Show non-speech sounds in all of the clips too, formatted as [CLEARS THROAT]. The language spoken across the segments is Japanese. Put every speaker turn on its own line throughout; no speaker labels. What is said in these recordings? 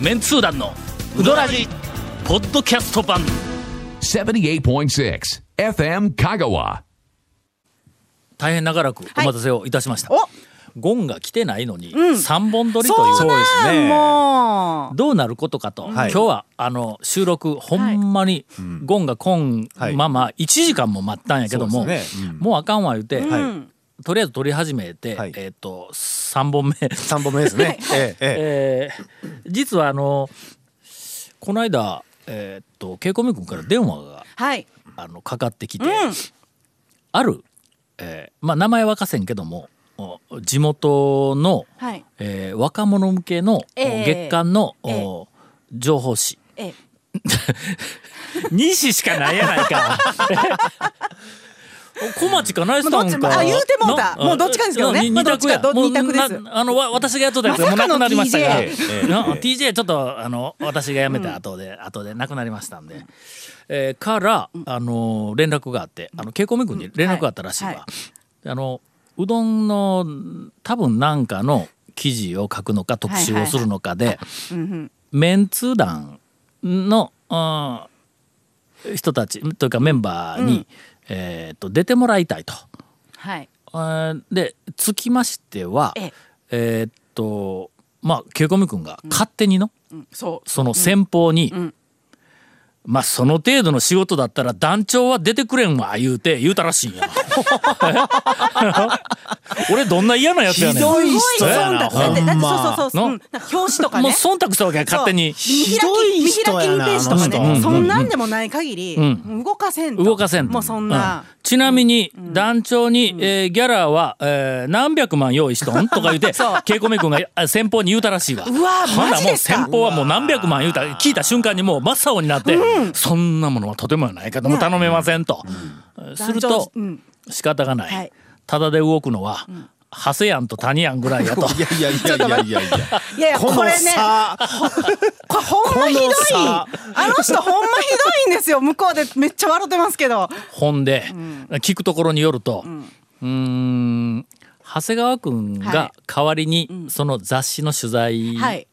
メンツー団のウドラジポッドキャスト版
78.6 FM Kagawa.
大変長らくお待たせをいたしました、
お
ゴンが来てないのに三本撮りという
そう
そうです
なん
ね
もう
どうなることかと、
はい
今日はあの収録ほんまにゴンがこん
はい
まま1時間も待ったんやけども、
そうですねうん
もうあかんわ言うて、
は
とりあえず撮り始めて、
はい
えっ、と3本目、
い、三本目ですね。ええ、ええ、
えー実はあのこの間えっとケイコミ君から電話が
はい
あのかかってきて、ある、えーまあ、名前はかせんけどもお地元の、
はい
えー若者向けの、
ええ
月間の、
ええ
お情報誌
ええ
西しかないやない
[LAUGHS]
か小町かないスタン
もうどっち
か
もあ言うてもうた
な
もうどっちかですけどね
な
まあ
二択や
どっちかど
もう
二択です
なあのわ私がやっとったやつがもうなくなりましたが、
まさかの
TJ, な TJ ちょっとあの私が辞めた後で、後でなくなりましたんで、えーからあの連絡があってあのケイコミ君に連絡があったらしいわ、
はいは
あのうどんの多分なんかの記事を書くのか特集をするのかで、
うんうん
メンツ団の、うん人たちというかメンバーに、えー、と出てもらいたいと。
はい
えーでつきましては
ええ
えーっとまあケイコミ君が勝手にの、
うんそう
その先方に、
ん
まあその程度の仕事だったら団長は出てくれんわ言うて言うたらしい
[LAUGHS]
んや [LAUGHS] 俺どんな嫌なやつやねん
ひど
す
い
ごい
人や
忖
な
度だってだって
ほん
そうそう
ま
そうそう、うん、なんか表紙とか
も
ね
う忖度したわけや勝手に
見開き見開き2ページとかね、
あの人
そんなんでもない限り、
ん
動かせんと
動かせん
もうそんな
う、ちなみに団長に、えーギャラは、えー何百万用意しと
[LAUGHS]
んとか言うて稽古目君があ先方に言うたらしいわ
う
ほ
わ
んな
マ
ら
ジ
もう
です
先
か
方はもう何百万言うた聞いた瞬間にもう真っ青になって、そんなものはとてもないけども
ね
頼めませんと、する
団長
と、
うん
仕方がない、
はい
ただで動くのは、ハセヤンとタニヤンぐらい
[LAUGHS]
やと
いやいやいやいやいやい [LAUGHS] や。
いやいやこ
この
れね
さ、
これほんまひどい
このさ
あの人ほんまひどいんですよ向こうでめっちゃ笑ってますけど
ほんで、聞くところによると、うーん長谷川君
は
が代わりにその雑誌の取材
はい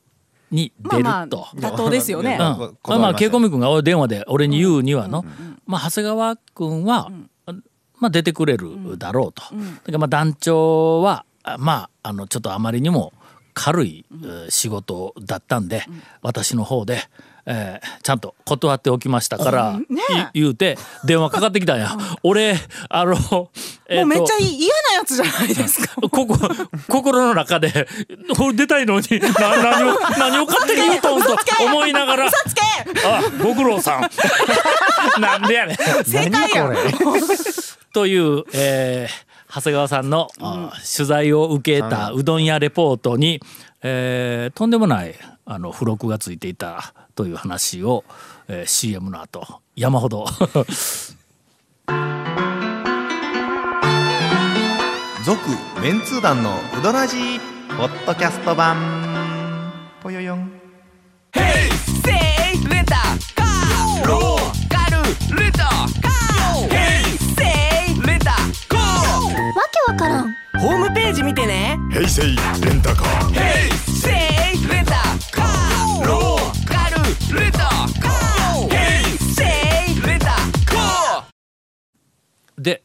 に出る
まあま
と
あ。妥当ですよね
うん
こ
まあまあ、ケイコ
こ
ミ君が電話で俺に言うにはの、まあ、長谷川君は、まあ、出てくれるだろうと。だからまあ団長はあまああのちょっとあまりにも軽いえー仕事だったんで、私の方で、えーちゃんと断っておきましたから、
んね
い言うて電話かかってきたんや。俺あの、えー
も
と
うめっちゃい嫌なやつじゃないですか
ここ心の中で「俺出たいのにな何を何を勝手に言うとん」と思いながら
嘘つけ
「あご苦労さん」 [LAUGHS] なんでやねん
正解やん
という、えー長谷川さんの、あ取材を受けたうどん屋レポートに、えーとんでもないあの付録がついていたという話を、えー CM の後山ほど [LAUGHS]
続メンツー団のウドラジーポッドキャスト版ぽよよん
で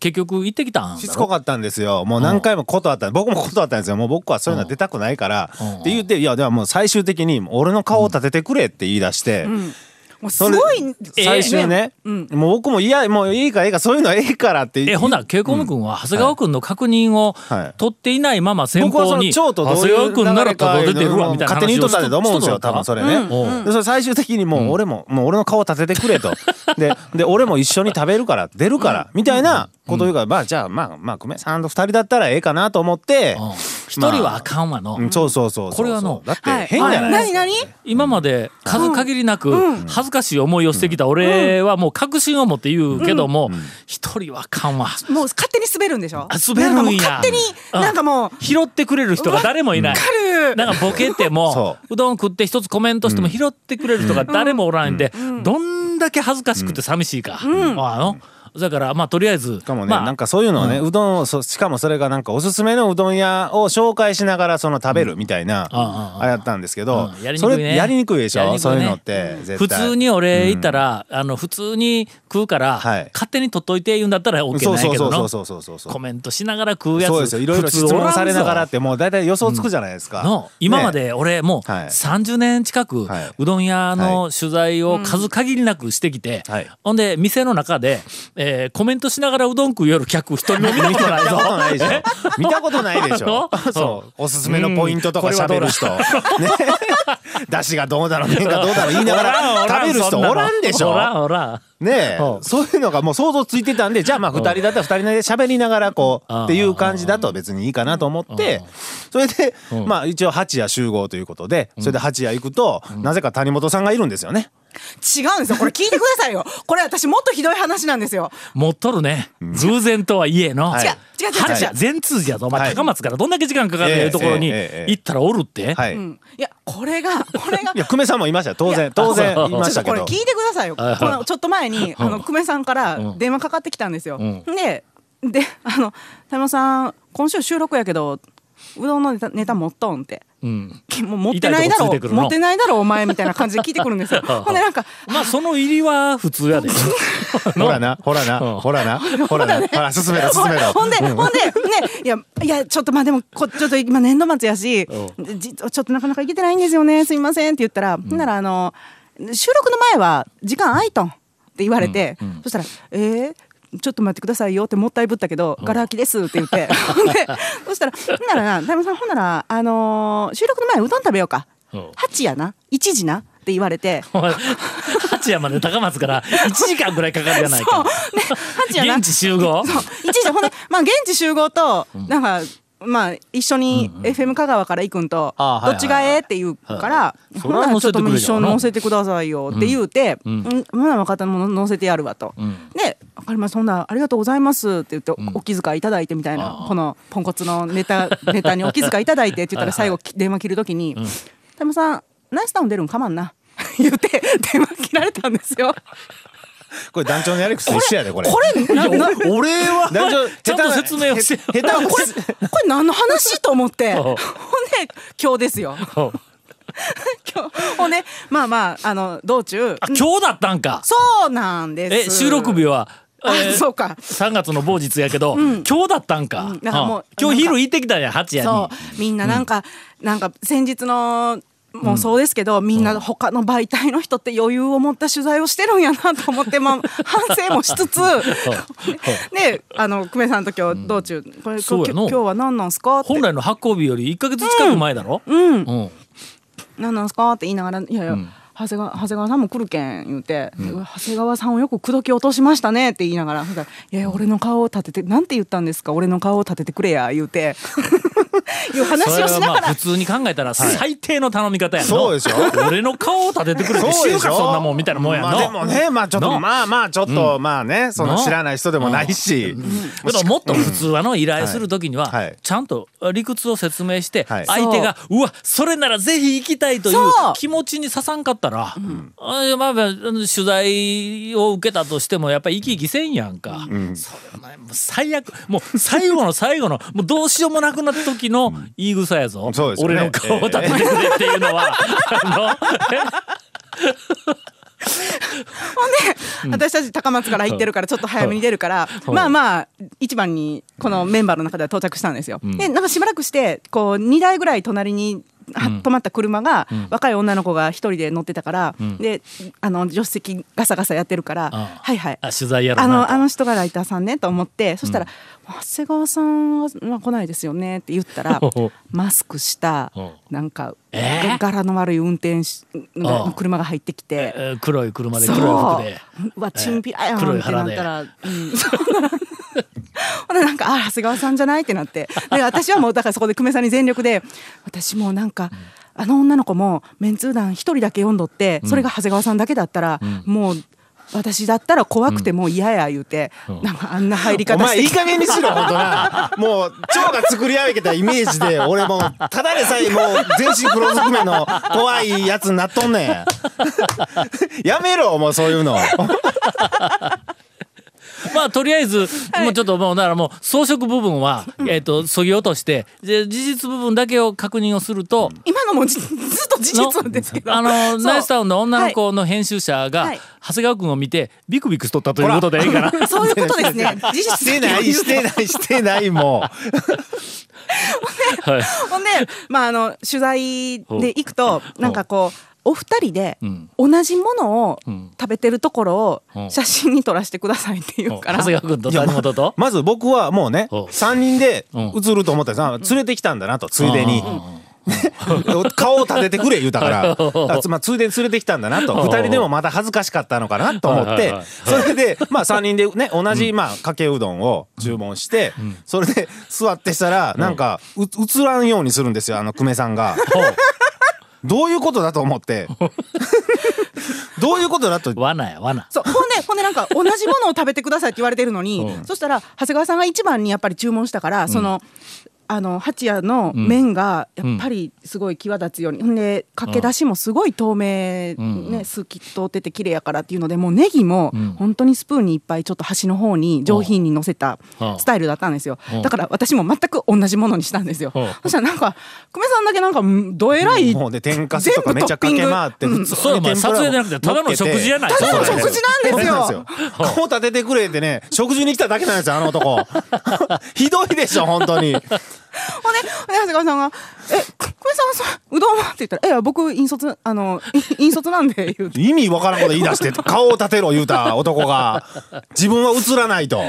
結局行ってきたんだろ
しつこかったんですよ。もう何回も断った。僕も断ったんですよ。もう僕はそういうのは出たくないから。
うん
って言って、いや、ではもう最終的に、俺の顔を立ててくれって言い出して。
もうす
それ
ごい
最終ね、
うん
もう僕もいやもういいからいいからそういうのはええからって
えほな稽古君は長谷川君の確認を
はい
取っていないまま先
僕は
方
その
に長
蝶とどう
谷
いう
川君ならただ出
流れか
てるわみたいな
勝手に言っとった
話
で
を
と思うんですよ
しと
多
った
分それね、
うん
でそれ最終的にもう俺も,、もう俺の顔立ててく
[LAUGHS]
れとでで俺も一緒に食べるから出るから、みたいなこと言うから、まあじゃあまあまあ久米さんと二人だったらええかなと思って
うん一人はあかんわの、
うんそうそうそうそう
これはの
だって
はい
変じゃないです
何
か、
何
今まで数限りなく恥ずかしい思いをしてきた俺はもう確信を持って言うけども一人はあかんわ
もう勝手に滑るんでしょ
あ滑るんや
なんかもう勝手に
うん
なんかもう
拾ってくれる人が誰もいない。
ある
なんかボケても
そう
どん食って一つコメントしても拾ってくれる人が誰もおらんで、どんだけ恥ずかしくて寂しいか、あのだからまあとりあえず
しかもね、
まあ、
なんかそういうのはね、うどんをそしかもそれがなんかおすすめのうどん屋を紹介しながらその食べるみたいな、
うんああ
あやったんですけど、
うんやりに
そ
くいね
れやりにくいでし
やり
ょ、
にくいね
そういうのって絶
普
対
通に俺行ったら、あの普通に食うから、
はい
勝手に取っといて言うんだったら OK
そう
ない
そう
け
そ
ど
うそう
の
そうそうそうそう
コメントしながら食うやつ
そうですよいろいろ
普
質
通おらん
問
ぞ
されながらってもう大体予想つくじゃないですか、
の今まで俺もう
はい
30年近く
はいう
どん屋の取材を数限りなくしてきて、
はい
ほんで店の中で、えーコメントしながらうどん食う夜客一人も見たことない
見た
ぞ
ことないでしょ見たことないでしょ
あの
そうおすすめのポイントとか喋る人ね出汁がどうだろう麺が [LAUGHS] どうだろう言いなが
おんお
ら
ん
食べる人
そなの
おらんでし
おらん
ょ
おらん
ねえ
うん
そういうのがもう想像ついてたんでじゃあまあ2人だったら2人で喋りながらこう
うん
っていう感じだと別にいいかなと思ってそれでまあ一応八夜集合ということでそれで八夜行くとなぜか谷本さんがいるんですよね。
違うんですよ。これ聞いてくださいよ。これ私もっとひどい話なんですよ。
持っとるね偶然とはいえの、
はい違う
違う違う違う
八全通じやぞお前、
はい
高松からどんだけ時間かかる
ええ
いうところに
ええええ
行ったらおるって、
は
う
い、い
ん。いや、これが、これが。
や久米さんもいましたよ当
い
然
や
当然
あそう
いまし
ちょ
た
っと
け
これ
ど
聞いてくださいよ。こ
はいはい
のちょっと前に、あの、久米さんから
ん
電話かかってきたんですよ。
うん
で、で、あの、田山さん、今週収録やけど、うどんのネタネタ持っとんって。
うん
もう持ってないだろ
痛いとこついてくるの
持ってないだろお前みたいな感じで聞いてくるんで
[LAUGHS]
すよほんでなんか
まあその入りは普通や
[LAUGHS]
で
ほらなほらな
うん
ほらなほらなほら進めろ進めろ
[LAUGHS] ほんで、ほんで、ね、いや、いや、ちょっと、まあ、でも、こ、ちょっと、今年度末やし。じちょっと、なかなか行けてないんですよね、すみませんって言ったら、ほんなら、あの。収録の前は、時間空いとん。って言われて、そしたら、えーちょっと待ってくださいよってもったいぶったけど、ガラ空きですって言って、ほんで、そしたら、ほんならな、大門さん、ほんなら、あのー収録の前、うどん食べようか
うん。
八やな、一時なって言われて。
お前八夜まで高松から1時間ぐらいかかるやない
そ
か
うね、八やな。
現地集合
そう一時ほんで、まあ、現地集合と、なんか、まあ、一緒に FM 香川から行くんと、
ああは
ど
い
っちがええって言うから、
い
ほんならちょっともう一緒
それは乗せてくれるよな
に乗せてくださいよって言うて、うん、うんほな分かった、もう乗せてやるわと。で、分かります、そんな、ありがとうございますって言って、お気遣いいただいてみたいな、このポンコツのネタ、ネタにお気遣いいただいてって言ったら、最後、電話切るときに、田山さん、ナイスタウン出るんかまんな。 [LAUGHS] 言って電話切られたんですよ。
これ団長のやり口と一緒やでこれ。
これ
いや
なな
お俺は
団長
ちゃんと説明を
へ
して
下手な
これ、これ何の話と
[LAUGHS]
思っ
う
て。ほんで、今日ですよ。
うん
[LAUGHS] 今日。ほんで、まあまあ、あの、道中。
あ今日だったんか
そうなんで
え
す。
収録日は、え
あ
ー、
そうか。
3月の某日やけど、今日だったんか,うん、
んなんかもう
今日昼行ってきたんや八夜に
そう。みんななんか、なんか先日の、もうそうですけど、みんな他の媒体の人って余裕を持った取材をしてるんやなと思って、まあ、
[LAUGHS]
反省もしつつ、で、あの、久米さんと今日道中、これ、
そうやの
今日は何なんすかって
本来の発行日より1か月近く前だろ、うんうん、
なんなんすかって言いながら「いやいや、長谷川長谷川さんも来るけん」言うて、うわ長谷川さんをよく口説き落としましたね」って言いながら「そしたらいやいや俺の顔を立ててなんて言ったんですか俺の顔を立ててくれや」言うて [LAUGHS] いう話をしなが
それはまあ
ら
普。通に考えたら最低の頼み方やの、
そうでしょ
俺の顔を立ててくれて知るかそんなもんみたいなもんやの、
まあ、でもねまあちょっ
の
とまあまあちょっと、まあねその
の
知らない人でもないし、
けどもっと普通はの依頼する時には
はい
ちゃんと理屈を説明して
はい
相手が「うわそれならぜひ行きたい」という
そう
気持ちにささんかったらあまあまああの取材を受けたとしてもやっぱり生き生きせんやんかそれはねもう最悪もう最後の最後のもうどうしようもなくなった時の言い草やぞ
そうですよね
俺の顔を立ててくれっていうのは。あの [LAUGHS]
ほんで、私たち高松から行ってるからちょっと早めに出るから、
うん
まあまあ一番にこのメンバーの中では到着したんですよ。でなんかしばらくしてこう2台ぐらい隣には止まった車が、若い女の子が一人で乗ってたから、であの助手席ガサガサやってるから、
あ
はいはい
あ取材やろ
あ
うな
の
と
あの人がライターさんねと思ってそしたら、長谷川さんはまあ来ないですよねって言っ
[LAUGHS]
たらマスクした
うん
なんか、
えー
柄の悪い運転手
うん
車が入ってきて。
えー黒い車で
そう
黒い服で。
うわチンピラやんっ
黒い
て
腹
なっ
で
たら、うん、 [LAUGHS] そうなのほんでなんかあ長谷川さんじゃないってなってで私はもうだからそこで久米さんに全力で私もうなんか、あの女の子もメンツー団一人だけ読んどって、それが長谷川さんだけだったら、もう私だったら怖くてもう嫌や言うて、なんかあんな入り
お
方し
前
て
いい
きて
加減にしろ本当な [LAUGHS] もう蝶が作り上げたイメージで俺もうただでさえもう全身黒ずくめの怖いやつになっとんねんやめろもうそういうの
まあとりあえず、もうちょっともうだからもう装飾部分は、えっ、とそぎ落としてで事実部分だけを確認をすると、
[LAUGHS] 今のもじずっと事実なんですけど
あ
そ
の
う
ナイスタウンの女の子の編集者が、
はい
長谷川君を見てビクビクしとったということでいいかな
[LAUGHS] そういうことですね事実
[LAUGHS] してないしてないしてないも
はい
[LAUGHS] ほんで、まあ、あの取材で行くとなんかこうお二人で
うん
同じものを
うん
食べてるところ
う
を
ん
写真に撮らせてくださいっていう
[LAUGHS] 長
から。
谷川君と [LAUGHS]
いや
谷本と
う。まず僕はもうね
お
3人で
うん
映ると思ったら連れてきたんだなとついでに
うんうんうん
[LAUGHS] 顔を立ててくれ言うたからあつまあついでに連れてきたんだなと
おう
2人でもまた恥ずかしかったのかなと思っ
はいはい
て
はい
それでまあ3人でね同じまあかけうどんを注文してそれで座ってしたらなんかう映らんようにするんですよあの久米さんが。どういうことだと思ってどういうことだと
罠や罠
そうほんでほんでなんか同じものを食べてくださいって言われてるのに、
うん
そしたら長谷川さんが一番にやっぱり注文したから、そのあの八谷の麺がやっぱりすごい際立つように、ほんでかけ出しもすごい透明、
うん
ね透き通ってて綺麗やからっていうのでもうネギも
うん
本当にスプーンにいっぱいちょっと端の方に上品に乗せた
うん
スタイルだったんですよ、
うん
だから私も全く同じものにしたんですよ、
うん
そしたらなんか久米さんだけなんかうんどえらい、
もうね天かすとかめちゃかけ回って
全部
普通
そうや
に
まあ撮
天ぷらを
影じゃなくてただの食事じゃない
乗っけて
ただの
そう
食
事なんですよ
そうなんですよ顔立ててくれってね食事に来ただけなんですよあの男 [LAUGHS] ひどいでしょ本当に
ほんで、ほんで長谷川さんが、え、く久米さんはそう、うどんはって言ったら、いや、僕、引率、あの、 [LAUGHS] い引率なんで、言うて。
意味わからんこと言い出して顔を立てろ言うた男が自分は映らないと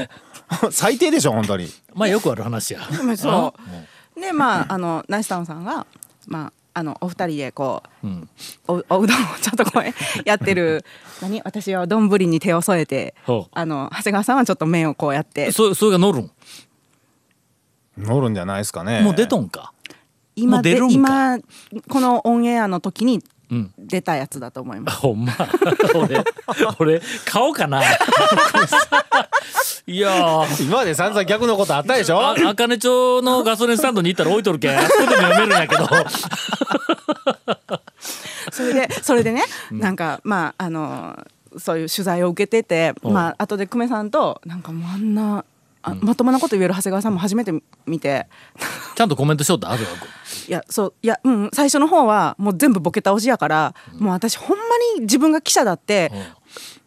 最低でしょ本当に
まあよくある話や
そう。で、まあ、あの、ナイスタウンさんが、まあ、あの、お二人で、こう、
うん
お、おうどんをちょっとこう、やっ
[LAUGHS]
てる、何私は丼に手を添えて
ほう、
あの、長谷川さんはちょっと麺をこうやって、
そそれが乗るん、
乗るんじゃないですかね
もう出とんかも
今
う出
で、
るんか
今、このオンエアの時に
うん
出たやつだと思います。
ほんま俺俺買おうかないやー
今まで散々逆のことあったでしょ
あ茜町のガソリンスタンドに行ったら置いとるけんあそこでも読めるんやけど
そ [LAUGHS] れでそれでね、なんかまああのそういう取材を受けてて、
うん
まあ後で久米さんとなんかもうあんな。あまともなこと言える長谷川さんも初めて見て
ちゃんとコメントしようったあるわ
いやそういやうん最初の方はもう全部ボケ倒しやから、もう私ほんまに自分が記者だって、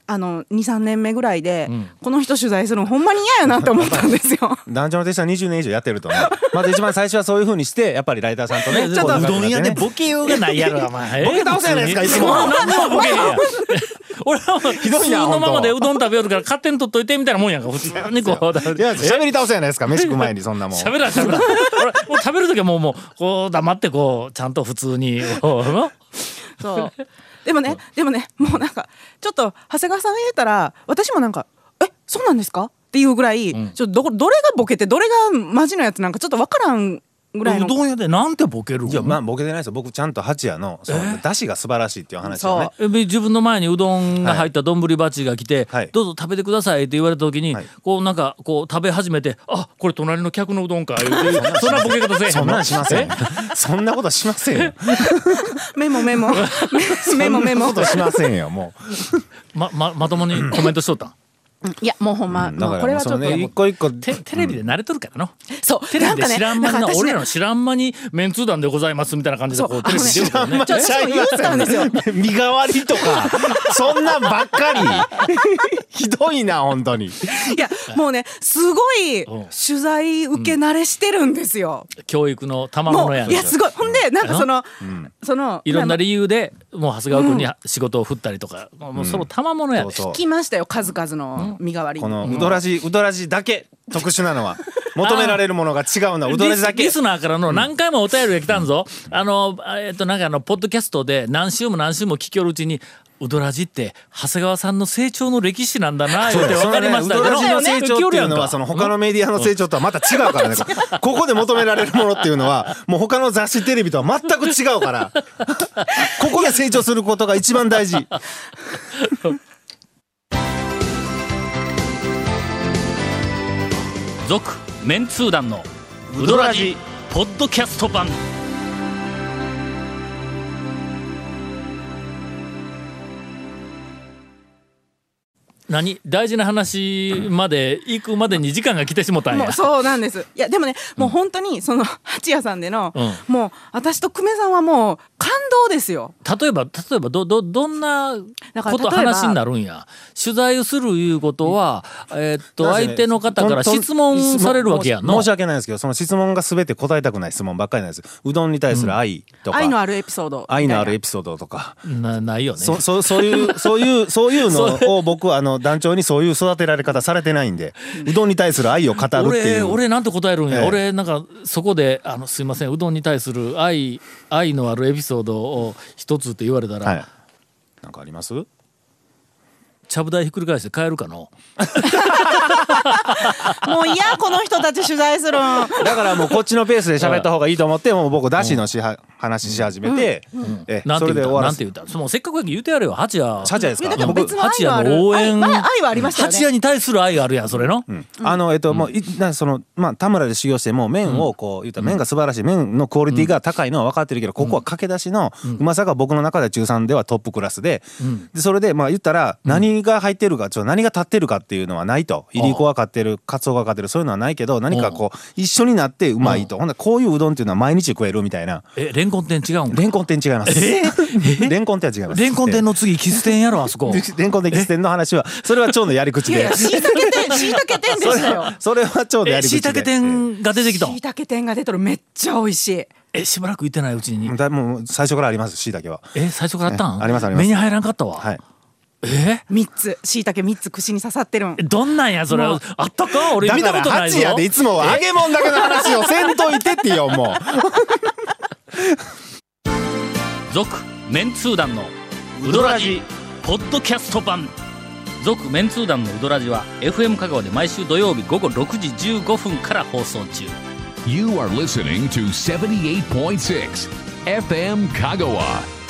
あの23年目ぐらいで、
うん
この人取材するのほんまに嫌やなって思ったんですよ。
男女の手下20年以上やってるとねまず一番最初はそういうふうにしてやっぱりライターさんとね
ちょっと
こ
う
仲
ど
良く
ん
な
屋
って
で
ね
ボケようがないや [LAUGHS] ろお前
ボケ倒せやないですかいつも
そんな何でもボケへんや [LAUGHS] 俺はもう
ひどいな
普通のままで
ほ
うんどん食べよるから勝手に取っといてみたいなもんやんか普通にこう
いや喋り倒せやないですか飯食う前にそん
[LAUGHS]
なもん
喋らん喋らん俺もう食べる時はもうもうこう黙ってこうちゃんと普通に [LAUGHS] こう [LAUGHS]
そう。でもね、でもね、もうなんか、ちょっと長谷川さんが言えたら、私もなんか、え、そうなんですかっていうぐらい、ちょっとどこ、どれがボケて、どれがマジのやつなんか、ちょっとわからんぐらいの。
どん屋でなんてボケるん
いやまあボケてないですよ僕ちゃんと八夜のその出汁が素晴らしいっていう話をね
え自分の前にうどんが入った丼鉢が来て、
はい
どうぞ食べてくださいって言われた時に、
はい
こうなんかこう食べ始めてあこれ隣の客のうどんか言うて [LAUGHS] そんなボケ方せえへんの
そんなんしません
え
よそんなことしませんよ
メモ
[LAUGHS]
メモ。メモメ
そ
モ
んなこ。としませんよも
まままと
[CLEARS THROAT]
もにコメントしとったん
うんいや、もうほんま、
うだ
もう
か
これ
ら
はち
そ
ょ
の
っとや
ね
も
一
う。
個一個
テテレビで慣れとるからの、
そう、
テレビで知らん間にな
かね
俺らの知らん間にメンツー団でございますみたいな感じでこ
そう
うテレビ出るからね
あのねちょ私も言ったんですよ。
身代わりとかそんなんばっかり [LAUGHS] ひどいな本当に
いや、もうね、すごい
うん
取材受け慣れしてるんですよ。
教育の賜
も
物
う、
やん
いや、すごい。ほんで、なんかその、その、
いろんな理由でもう長谷川君に仕事を振ったりとか、もうその賜物や
そう
で、
そう
聞きましたよ、数々の身代わり。
このウドラジウドラジだけ特殊なのは求められるものが違うのはウドラジだ
リ
け
スリスナーからの何回もお便りが来たんぞ、あのあえっとなんかあのポッドキャストで何週も何週も聞きよるうちに「ウドラジって長谷川さんの成長の歴史なんだな」言
そうう
て
だよ
分かりました
そのねウドラジの成
聞き
長
よる
ってい
や
うん
か
のはその他のメディアの成長とはまた違うか
[LAUGHS]
らね。ここで求められるものっていうのはもう他の雑誌テレビとは全く違うから。 [LAUGHS] ここで成長することが一番大事。
続メンツー団のウドラジポッドキャスト版何大事な話まで行くまでに時間が来てしもたん
も
や
う。そうなんですいやでもねもう本当にその [LAUGHS] 八谷さんでの、
うん
もう私と久米さんはもう感動ですよ
例えば例えばどどどんな
だか
こと
ら例えば
話になるんや取材をするいうことは、えーっと
なぜ
相手の方から質問されるわけやん
も
の
申し訳ないですけどその質問が全て答えたくない質問ばっかりなんですうどんに対する愛とか、
愛のあるエピソードみたい
愛
な
のあるエピソードとか、
なないよね
そそそういうそういうそういうのを僕はあの団長にそういう育てられ方されてないんでうどんに対する愛を語るってい
俺
う
俺なんて答えるんや、
ええ
俺なんかそこであのすいませんうどんに対する愛愛のあるエピソードを一つって言われたら、
はいなんかあります
ちゃぶ台ひっくり返して帰るかの
もういやこの人たち取材する
[LAUGHS]
ん
だからもうこっちのペースで喋った方がいいと思ってもう僕だしのしは話し始めて、ええ
なん
そ
て
れで
言った
終わら
なん
せ
て
て
言ったもうせっかくやけん言うてやれよ八谷
八谷ですか
だから
僕
別の愛のあ
八
る
谷の応援
愛愛愛はありましたよね
八谷に対する愛があるやんそれの、
あのえっと、もういなそのまあ田村で修行してもう麺をこう言ったら麺が素晴らしい麺のクオリティが高いのは分かってるけどここは駆け出しのうまさが僕の中では中3ではトップクラスででそれでまあ言ったら何が入ってるかちょっと何が立ってるかっていうのはないといりこが買ってるかつおが買ってるそういうのはないけど何かこう一緒になってうまいとほんならこういううどんっていうのは毎日食えるみたいな
えレンコン店違うんか
レンコン店違いますレンコン店は違います
レンコン店の次キス店やろあそこ
レンコン店喫茶店の話はそれは蝶のやり
い
口
やい
で
やしいたけ店しいたけ店で
[LAUGHS] それ
したよ
はそれは蝶のや
え
り
し
口
いたけ
で
店が出てきたん
しいたけ店が出とるめっちゃ美味しい
えしばらく行ってないうちに
だもう最初からありますしいたけは
え最初からあったん
えありますあります
目に入らんかったわ、
はい
え
三つしいたけ三つ串に刺さってるん
どんなんやそれあったか俺
だ
見
か
たこ
ら
とない
八
ぞ
夜でいつもは揚げもんだけの話をせんといてってよも
続メンツー団のウドラジポッドキャスト版続メンツー団のウドラジは FM 香川で毎週土曜日午後6時15分から放送中
You are listening to 78.6 FM Kagawa.